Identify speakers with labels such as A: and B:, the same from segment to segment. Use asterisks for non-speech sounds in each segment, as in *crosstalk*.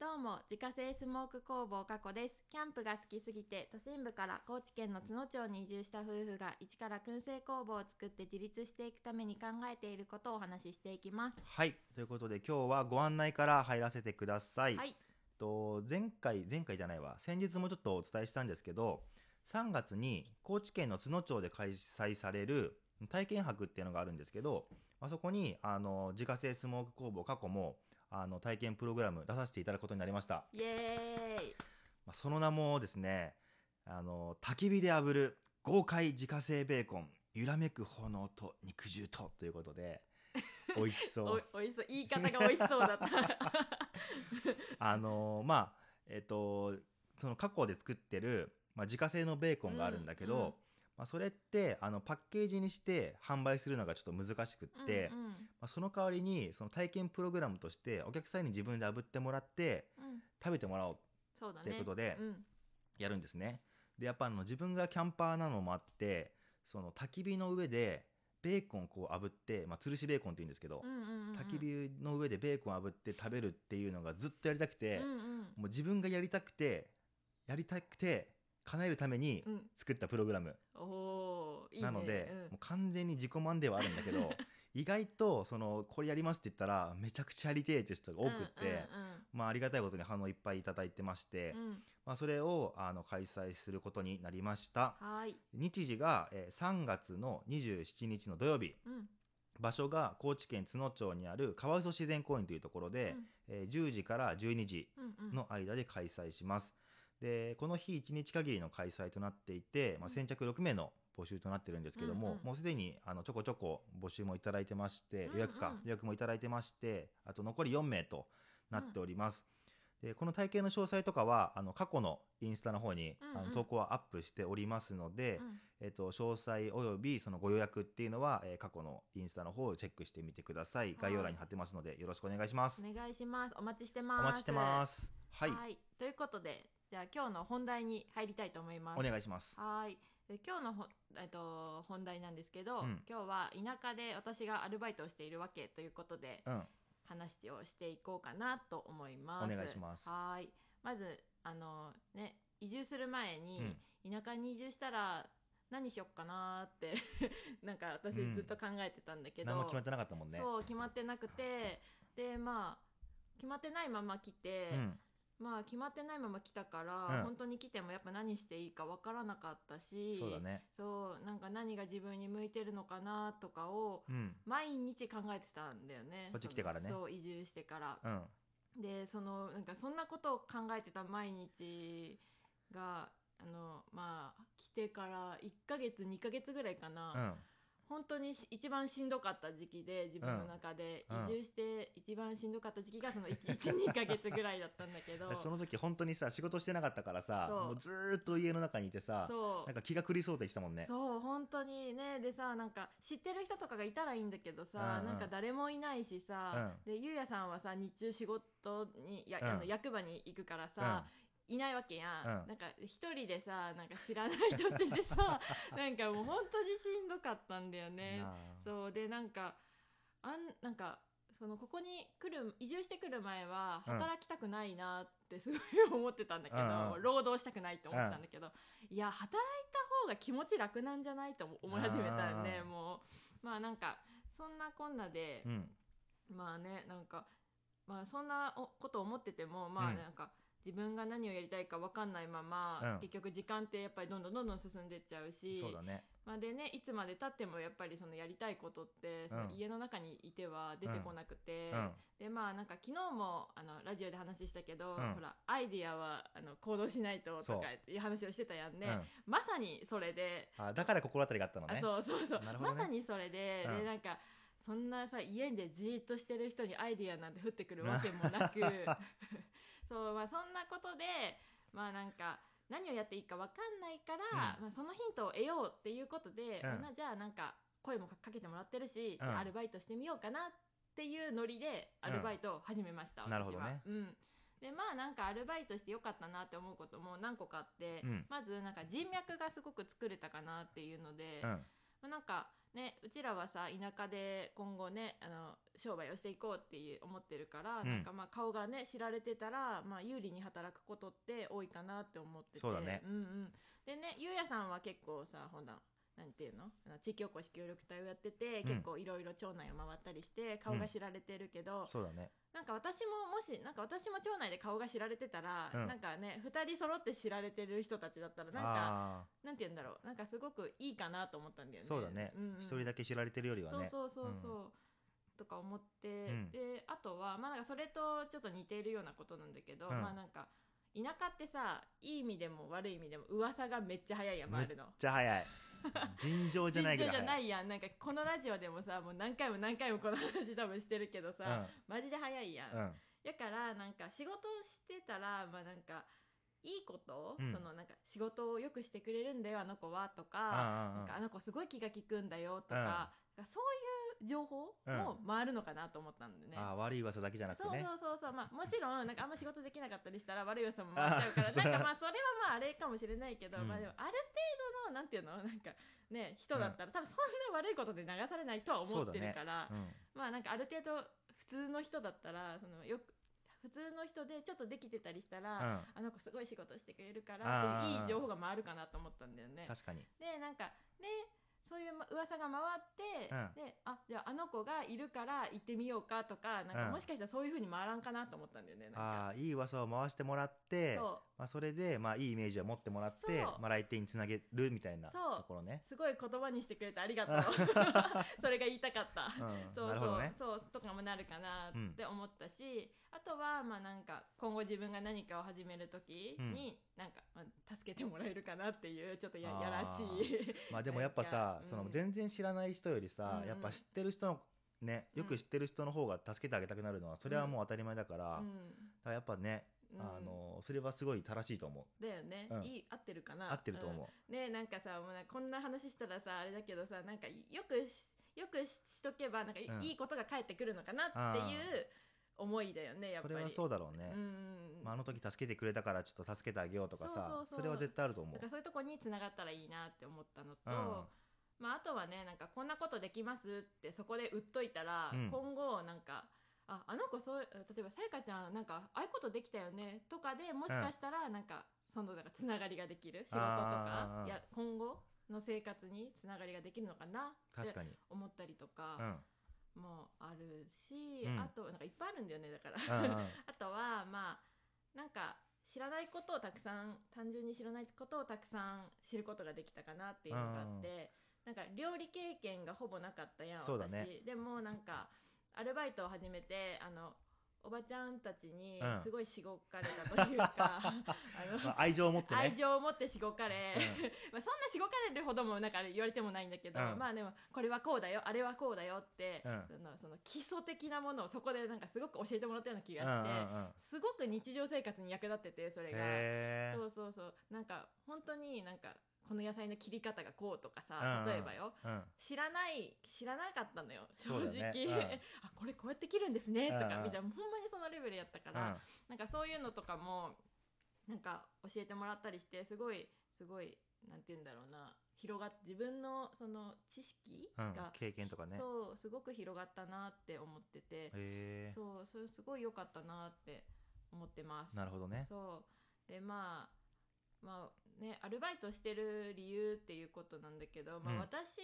A: どうも自家製スモーク工房加古ですキャンプが好きすぎて都心部から高知県の津野町に移住した夫婦が一から燻製工房を作って自立していくために考えていることをお話ししていきます
B: はいということで今日はご案内から入らせてください、
A: はい
B: と前回前回じゃないわ先日もちょっとお伝えしたんですけど3月に高知県の津野町で開催される体験博っていうのがあるんですけど、まあ、そこにあの自家製スモーク工房過去もあの体験プログラム出させていただくことになりました、
A: イエーイ
B: まあ、その名もですねあの焚き火で炙る豪快自家製ベーコン揺らめく炎と肉汁とということで美味しそう
A: おおいしそう言い方がおいしそうだった
B: *laughs* あのーまあえっとその過去で作ってる、まあ、自家製のベーコンがあるんだけど、
A: うんうん
B: まあ、それってあのパッケージにして販売するのがちょっと難しくって、
A: うんう
B: ま
A: ん
B: あ、その代わりにその体験プログラムとしてお客さんに自分で炙ってもらって
A: うん、
B: 食べてもらおう
A: そうだね
B: ということで
A: うん
B: やるんですね。でやっぱあの自分がキャンパーなのもあってその焚き火の上でベーコンをこう炙って、まあ、吊るしベーコンって言うんですけど、
A: うんうんうん、
B: 焚き火の上でベーコンを炙って食べるっていうのがずっとやりたくて。
A: うんうん
B: もう自分がやりたくてやりたくて叶えるために
A: うん
B: 作ったプログラム
A: おーいいね
B: なので、
A: うん
B: もう完全に自己満ではあるんだ
A: *laughs*
B: けど意外とそのこれやりますって言ったらめちゃくちゃやりてえって人が多くって、
A: うん
B: まあ、ありがたいことに反応いっぱいいただいてまして、
A: うんうんうん
B: まあ、それをあの開催することになりました
A: はーい、
B: 日時が、えー3月の27日の土曜日
A: うん
B: 場所が高知県津野町にある川磯自然公園というところで、
A: うん
B: えー10時から12時
A: うんうん、
B: の間で開催します。でこの日1日限りの開催となっていて、まあ、先着6名の募集となってるんですけども、
A: うんうん
B: もうすでにあのちょこちょこ募集もいただいてまして
A: うんうん
B: 予約か、予約もいただいてましてあと残り4名となっております。でこの体験の詳細とかはあの過去のインスタの方に、
A: うんうん
B: あの投稿はアップしておりますので、
A: うん
B: えっと、詳細およびそのご予約っていうのは、えー過去のインスタの方をチェックしてみてください
A: い
B: 概要欄に貼ってますのでよろしくお願いします。
A: お願いします。お待ちして
B: お
A: ます。。
B: 待ちしてますす。
A: は。
B: はいい、
A: ということで、じゃあ今日の本題に入りたいと思います。
B: お願いします。
A: はい。で今日のほえっと本題なんですけど、
B: うん
A: 今日は田舎で私がアルバイトをしているわけということで
B: うん、
A: 話をしていこうかなと思います。
B: お願いします
A: はい。まずあのね移住する前に、田舎に移住したら何しよっかなーって *laughs* なんか私ずっと考えてたんだけど、
B: 何も決まってなかったもんね。
A: そう決まってなくてでまあ決まってないまま来て、
B: うん、
A: まあ決まってないまま来たから、
B: うん
A: 本当に来てもやっぱ何していいかわからなかったし
B: そうだね。
A: そうなんか何が自分に向いてるのかなとかを
B: うん、
A: 毎日考えてたんだよね
B: こっち来てからね
A: そのそう移住してから
B: う、ん、
A: でそのなんかそんなことを考えてた毎日があのまあ来てから1ヶ月2ヶ月ぐらいかな、
B: うん、
A: 本当にし一番しんどかった時期で自分の中で、
B: うん
A: 移住して一番しんどかった時期がその12ヶ月ぐらいだったんだ
B: *laughs*
A: けど
B: その時本当にさ仕事してなかったからさ
A: そう
B: もうずーっと家の中にいてさ
A: そう
B: なんか気が狂いそうって言ってたもんね
A: そう本当にねでさなんか知ってる人とかがいたらいいんだけどさ、
B: うんうん
A: なんか誰もいないしさ、でゆうやさんはさ日中仕事にや、あの
B: うん
A: 役場に行くからさ、いないわけやん、
B: うん
A: なんか一人でさなんか知らない土地で
B: *laughs*
A: さなんかもう本当にしんどかったんだよね。
B: なあ
A: そうでなんかあんなんかそのここに来る移住してくる前は
B: うん
A: 働きたくないなってすごい思ってたんだけど、
B: うんうん
A: 労働したくないって思ってたんだけど、いや働いた方が気持ち楽なんじゃないと思い始めたよね
B: うん
A: もうまあなんかそんなこんなで、
B: うん
A: まあねなんか、まあ、そんなおこと思っててもま
B: う
A: あ
B: ん
A: なんか、自分が何をやりたいか分かんないまま、
B: うん
A: 結局時間ってやっぱりどんどんどんどん進んでっちゃうし
B: そうだね
A: まあ、でねいつまでたってもやっぱりそのやりたいことってその家の中にいては出てこなくて、
B: うん
A: でまあなんか昨日もあのラジオで話したけど、
B: うん
A: ほらアイディアはあの行動しないととかいう話をしてたやんね、
B: うん
A: まさにそれで、
B: あだから心当たりがあったの
A: あ
B: ね
A: そうそうそう、
B: なるほど
A: ま
B: ね
A: さにそれで、
B: うん
A: でなんかそんなさ家でじーっとしてる人にアイディアなんて降ってくるわけもな
B: *laughs*
A: く *laughs* そう、まあ、そんなことでまあなんか何をやっていいかわかんないから、
B: う
A: まあ、そのヒントを得ようっていうことで、
B: うん
A: まあじゃあなんか声もかけてもらってるし、
B: うん
A: アルバイトしてみようかなっていうノリでアルバイトを始めました、
B: う
A: 私
B: ん
A: は。
B: なるほどね
A: うんでまあなんかアルバイトしてよかったなって思うことも何個かあって、
B: うん
A: まずなんか人脈がすごく作れたかなっていうので、
B: うん
A: まあなんかね、うちらはさ田舎で今後ねあの商売をしていこうっていう思ってるから、
B: うん
A: なんかまあ顔がね知られてたら、まあ、有利に働くことって多いかなって思ってて
B: そうだね
A: んうん、でねゆうやさんは結構さほんだなんていうのあの地域おこし協力隊をやってて、
B: ん
A: 結構いろいろ町内を回ったりして顔が知られてるけど、
B: そうだね
A: なんか私ももしなんか私も町内で顔が知られてたら、
B: うん
A: なんかね2人揃って知られてる人たちだったらなんか
B: あ
A: なんて言うんだろうなんかすごくいいかなと思ったんだよね。
B: あそうだね
A: んうん
B: 一、人だけ知られてるよりはね
A: そうそうそうそう、とか思って、
B: ん
A: であとはまあなんかそれとちょっと似ているようなことなんだけど、
B: うん
A: まあなんか田舎ってさいい意味でも悪い意味でも噂がめっちゃ早いやん
B: め
A: あ
B: っ
A: るの。
B: ちゃ早い尋常じゃないぐ
A: 尋
B: ら
A: 常
B: い
A: じゃな
B: 早い
A: いやんなんかこのラジオでもさもう何回も何回もこの話多分してるけどさ、マジで早いやん
B: うん、うん
A: だからなんか仕事してたらまあなんかいいこと、
B: う
A: そ
B: ん
A: のなんか仕事をよくしてくれるんだよあの子はとか、なん
B: あ
A: か
B: あ
A: あの子すごい気が利くんだよとか、なんかそういう情報
B: うん
A: も回るのかなと思ったんでね。
B: ああ悪い噂だけじゃなく
A: そ
B: て
A: う
B: ね
A: そうそうそう、ま
B: *laughs*
A: あ、もちろんなんかあんま仕事できなかったりしたら悪い噂も回っちゃうから
B: あー
A: なんかまあそれはまああれかもしれないけど、
B: うん
A: まあでもある程度のなんていうのなんかね人だったら、多分そんな悪いことで流されないとは思ってるから、
B: うん
A: まあなんかある程度普通の人だったらそのよく普通の人でちょっとできてたりしたら、
B: うん
A: あの子すごい仕事してくれるからっていう
B: あー
A: いい情報が回るかなと思ったんだよね。
B: 確かに
A: でなんかでそういうま噂が回って、
B: うん
A: であじゃああの子がいるから行ってみようかとかなんか
B: うん
A: もしかしたらそういう風に回らんかなと思ったんだよね。なんか
B: ああいい噂を回してもらって
A: そう
B: まあ、それで、まあ、いいイメージを持ってもらって、
A: そう
B: まあ、来店につなげるみたいなと
A: そう
B: ころ
A: *laughs*
B: ね。
A: すごい言葉にしてくれてありがとう *laughs* それが言いたかった。
B: うん
A: そう
B: なるほ
A: そ
B: ど
A: う、
B: ね。
A: そうとかもなるかなって思ったし、あとはまあなんか今後自分が何かを始める時になんか、まあ、助けてもらえるかなっていうちょっとや
B: あー
A: やらしい
B: まあでもやっぱ
A: なん
B: さ
A: か、うん
B: その全然知らない人よりさ、
A: うん
B: やっぱ知ってる人のねよく知ってる人の方が助けてあげたくなるのはそれはもう当たり前だから,、
A: う
B: だか
A: ん
B: らやっぱね、
A: うん
B: あのそれはすごい正しいと思う。
A: だよね、
B: うん
A: いい合ってるかな
B: 合ってると思う。
A: うんねなんかさもうなんかこんな話したらさあれだけどさなんかよくしよくししとけばなんかい,、
B: うん
A: いいことが返ってくるのかなっていう思いだよねやっぱ
B: そ
A: り
B: れはそうだろうね。
A: うん
B: まあ、あの時助けてくれたからちょっと助けてあげようとかさ
A: そうそうそう
B: れは絶対あると思
A: なん
B: う
A: か。そういうとこに繋がったらいいなって思ったのと、
B: うん
A: まあ、あとはねなんかこんなことできますってそこで売っといたら、
B: うん
A: 今後なんかああの子そう例えばさやかちゃんなんかああいうことできたよねとかでもしかしたらなんか、そのなんかつながりができる仕事とか
B: あー
A: や今後の生活につながりができるのかなっ
B: 確
A: て
B: かに、
A: 思ったりと
B: う
A: か
B: ん
A: もあるし、
B: うん
A: あとなんかいっぱいあるんだよねだから。
B: うんうん、
A: あとはまあなんか知らないことをたくさん単純に知らないことをたくさん知ることができたかなっていうのがあって、なんか料理経験がほぼなかったやん
B: そうだね
A: 私でもなんかアルバイトを始めてあのおばちゃんたちに
B: うん
A: すごいしごかれたというか、 *laughs* あ
B: *laughs* ま
A: の
B: あ、愛情を持ってね。
A: 愛情を持ってしごかれ、
B: うん
A: まあそんなしごかれるほどもなんか言われてもないんだけど、
B: うん
A: まあでもこれはこうだよあれはこうだよって、
B: うん
A: そのその基礎的なものをそこでなんかすごく教えてもらったような気がして、
B: うんうんうん
A: すごく日常生活に役立っててそれが
B: へー
A: そうそうそうなんか本当になんかこの野菜の切り方がこうとか
B: うん
A: さ
B: うん
A: 例えばよ
B: うん
A: 知らない知らなかったのよ正
B: そうだ
A: 直、
B: ねう
A: *laughs*
B: ん
A: あこれこうやって切るんですねと
B: うん
A: か
B: うん
A: みたいなほんまにそのレベルやったから、
B: うん
A: なんかそういうのとかもなんか教えてもらったりしてすごいすごいなんて言うんだろうな広がっ自分のその知識
B: う
A: が、
B: ん、経験とかね。
A: そうすごく広がったなって思ってて、
B: へえ
A: そうそれすごい良かったなって思ってます。
B: なるほどね。
A: そうでまあまあねアルバイトしてる理由っていうことなんだけど、まあ、
B: うん
A: 私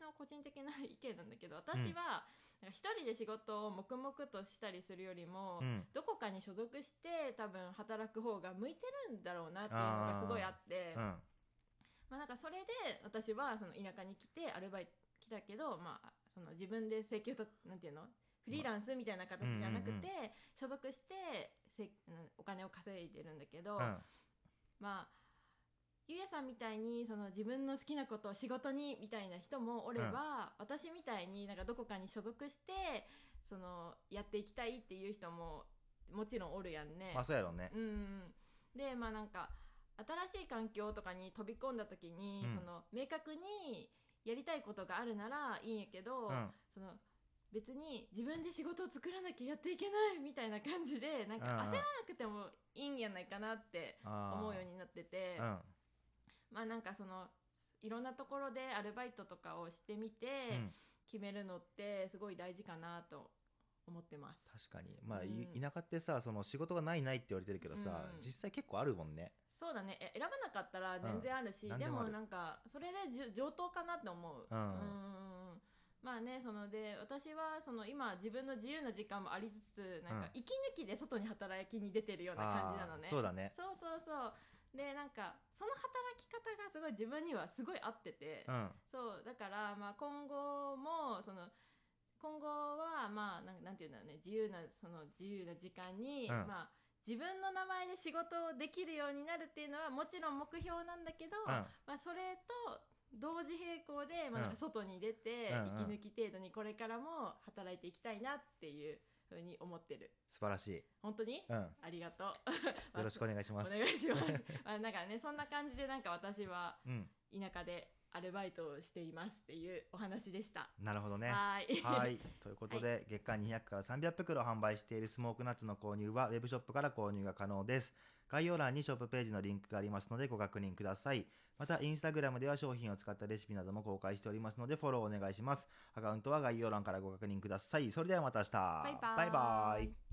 A: の個人的な意見なんだけど私はなんか一人で仕事を黙々としたりするよりも、
B: うん、
A: どこかに所属して多分働く方が向いてるんだろうなっていうのがすごいあって
B: うん、
A: まあ、なんかそれで私はその田舎に来てアルバイト来たけど、まあ、その自分で請求となんていうのフリーランスみたいな形じゃなくて、
B: うんうんうん
A: 所属してせうんお金を稼いでるんだけど、
B: うん、
A: まあゆうやさんみたいにその自分の好きなことを仕事にみたいな人もおれば、
B: うん
A: 私みたいになんかどこかに所属してそのやっていきたいっていう人ももちろんおるやんね。
B: まあそうやろうね
A: う。んうん、でまあなんか新しい環境とかに飛び込んだ時に、
B: うん
A: その明確にやりたいことがあるならいいんやけど、
B: うん、
A: その別に自分で仕事を作らなきゃやっていけないみたいな感じでなんか
B: うんうん
A: 焦らなくてもいいんやないかなって
B: あー
A: 思うようになってて、
B: うん、
A: まあなんかそのいろんなところでアルバイトとかをしてみて
B: うん
A: 決めるのってすごい大事かなと思ってます。
B: 確かにまあ、い
A: うん
B: 田舎ってさその仕事がないないって言われてるけどさ、
A: うん
B: 実際結構あるもんね
A: そうだねえ選ばなかったら全然あるし、
B: うん何
A: で
B: でもあ
A: も
B: る
A: なんかそれでじゅ上等かなって思う。
B: うん
A: んうんまあねそので私はその今自分の自由な時間もありつつなん
B: う
A: か
B: ん
A: 息抜きで外に働きに出てるような感じなのね。
B: あーそうだね
A: そうそうそうでなんかその働き方がすごい自分にはすごい合ってて、
B: うん
A: そうだからまあ今後もその今後はまあなんなんていうんだろうね自由なその自由な時間に、
B: ん
A: まあ自分の名前で仕事をできるようになるっていうのはもちろん目標なんだけど、
B: うん
A: まあ、それと同時並行で、まあ、なんか
B: うん
A: 外に出て、
B: うんうん
A: 息抜き程度にこれからも働いていきたいなっていうふうに思ってる
B: 素晴らしい、
A: 本当に、
B: うん、よ
A: ありがとうまあ
B: ろしくお願い
A: *laughs*
B: し
A: お
B: ます、
A: 願いしますまあなんかねそんな感じでなんか私は
B: うん、
A: 田舎でアルバイトをしていますっていうお話でした。
B: なるほどね
A: はーい。
B: はい。ということで、月間200から300袋販売しているスモークナッツの購入は、ウェブショップから購入が可能です。概要欄にショップページのリンクがありますのでご確認ください。また、インスタグラムでは商品を使ったレシピなども公開しておりますので、フォローお願いします。アカウントは概要欄からご確認ください。それではまた明日。
A: *laughs* バイバーイ。
B: バイバイ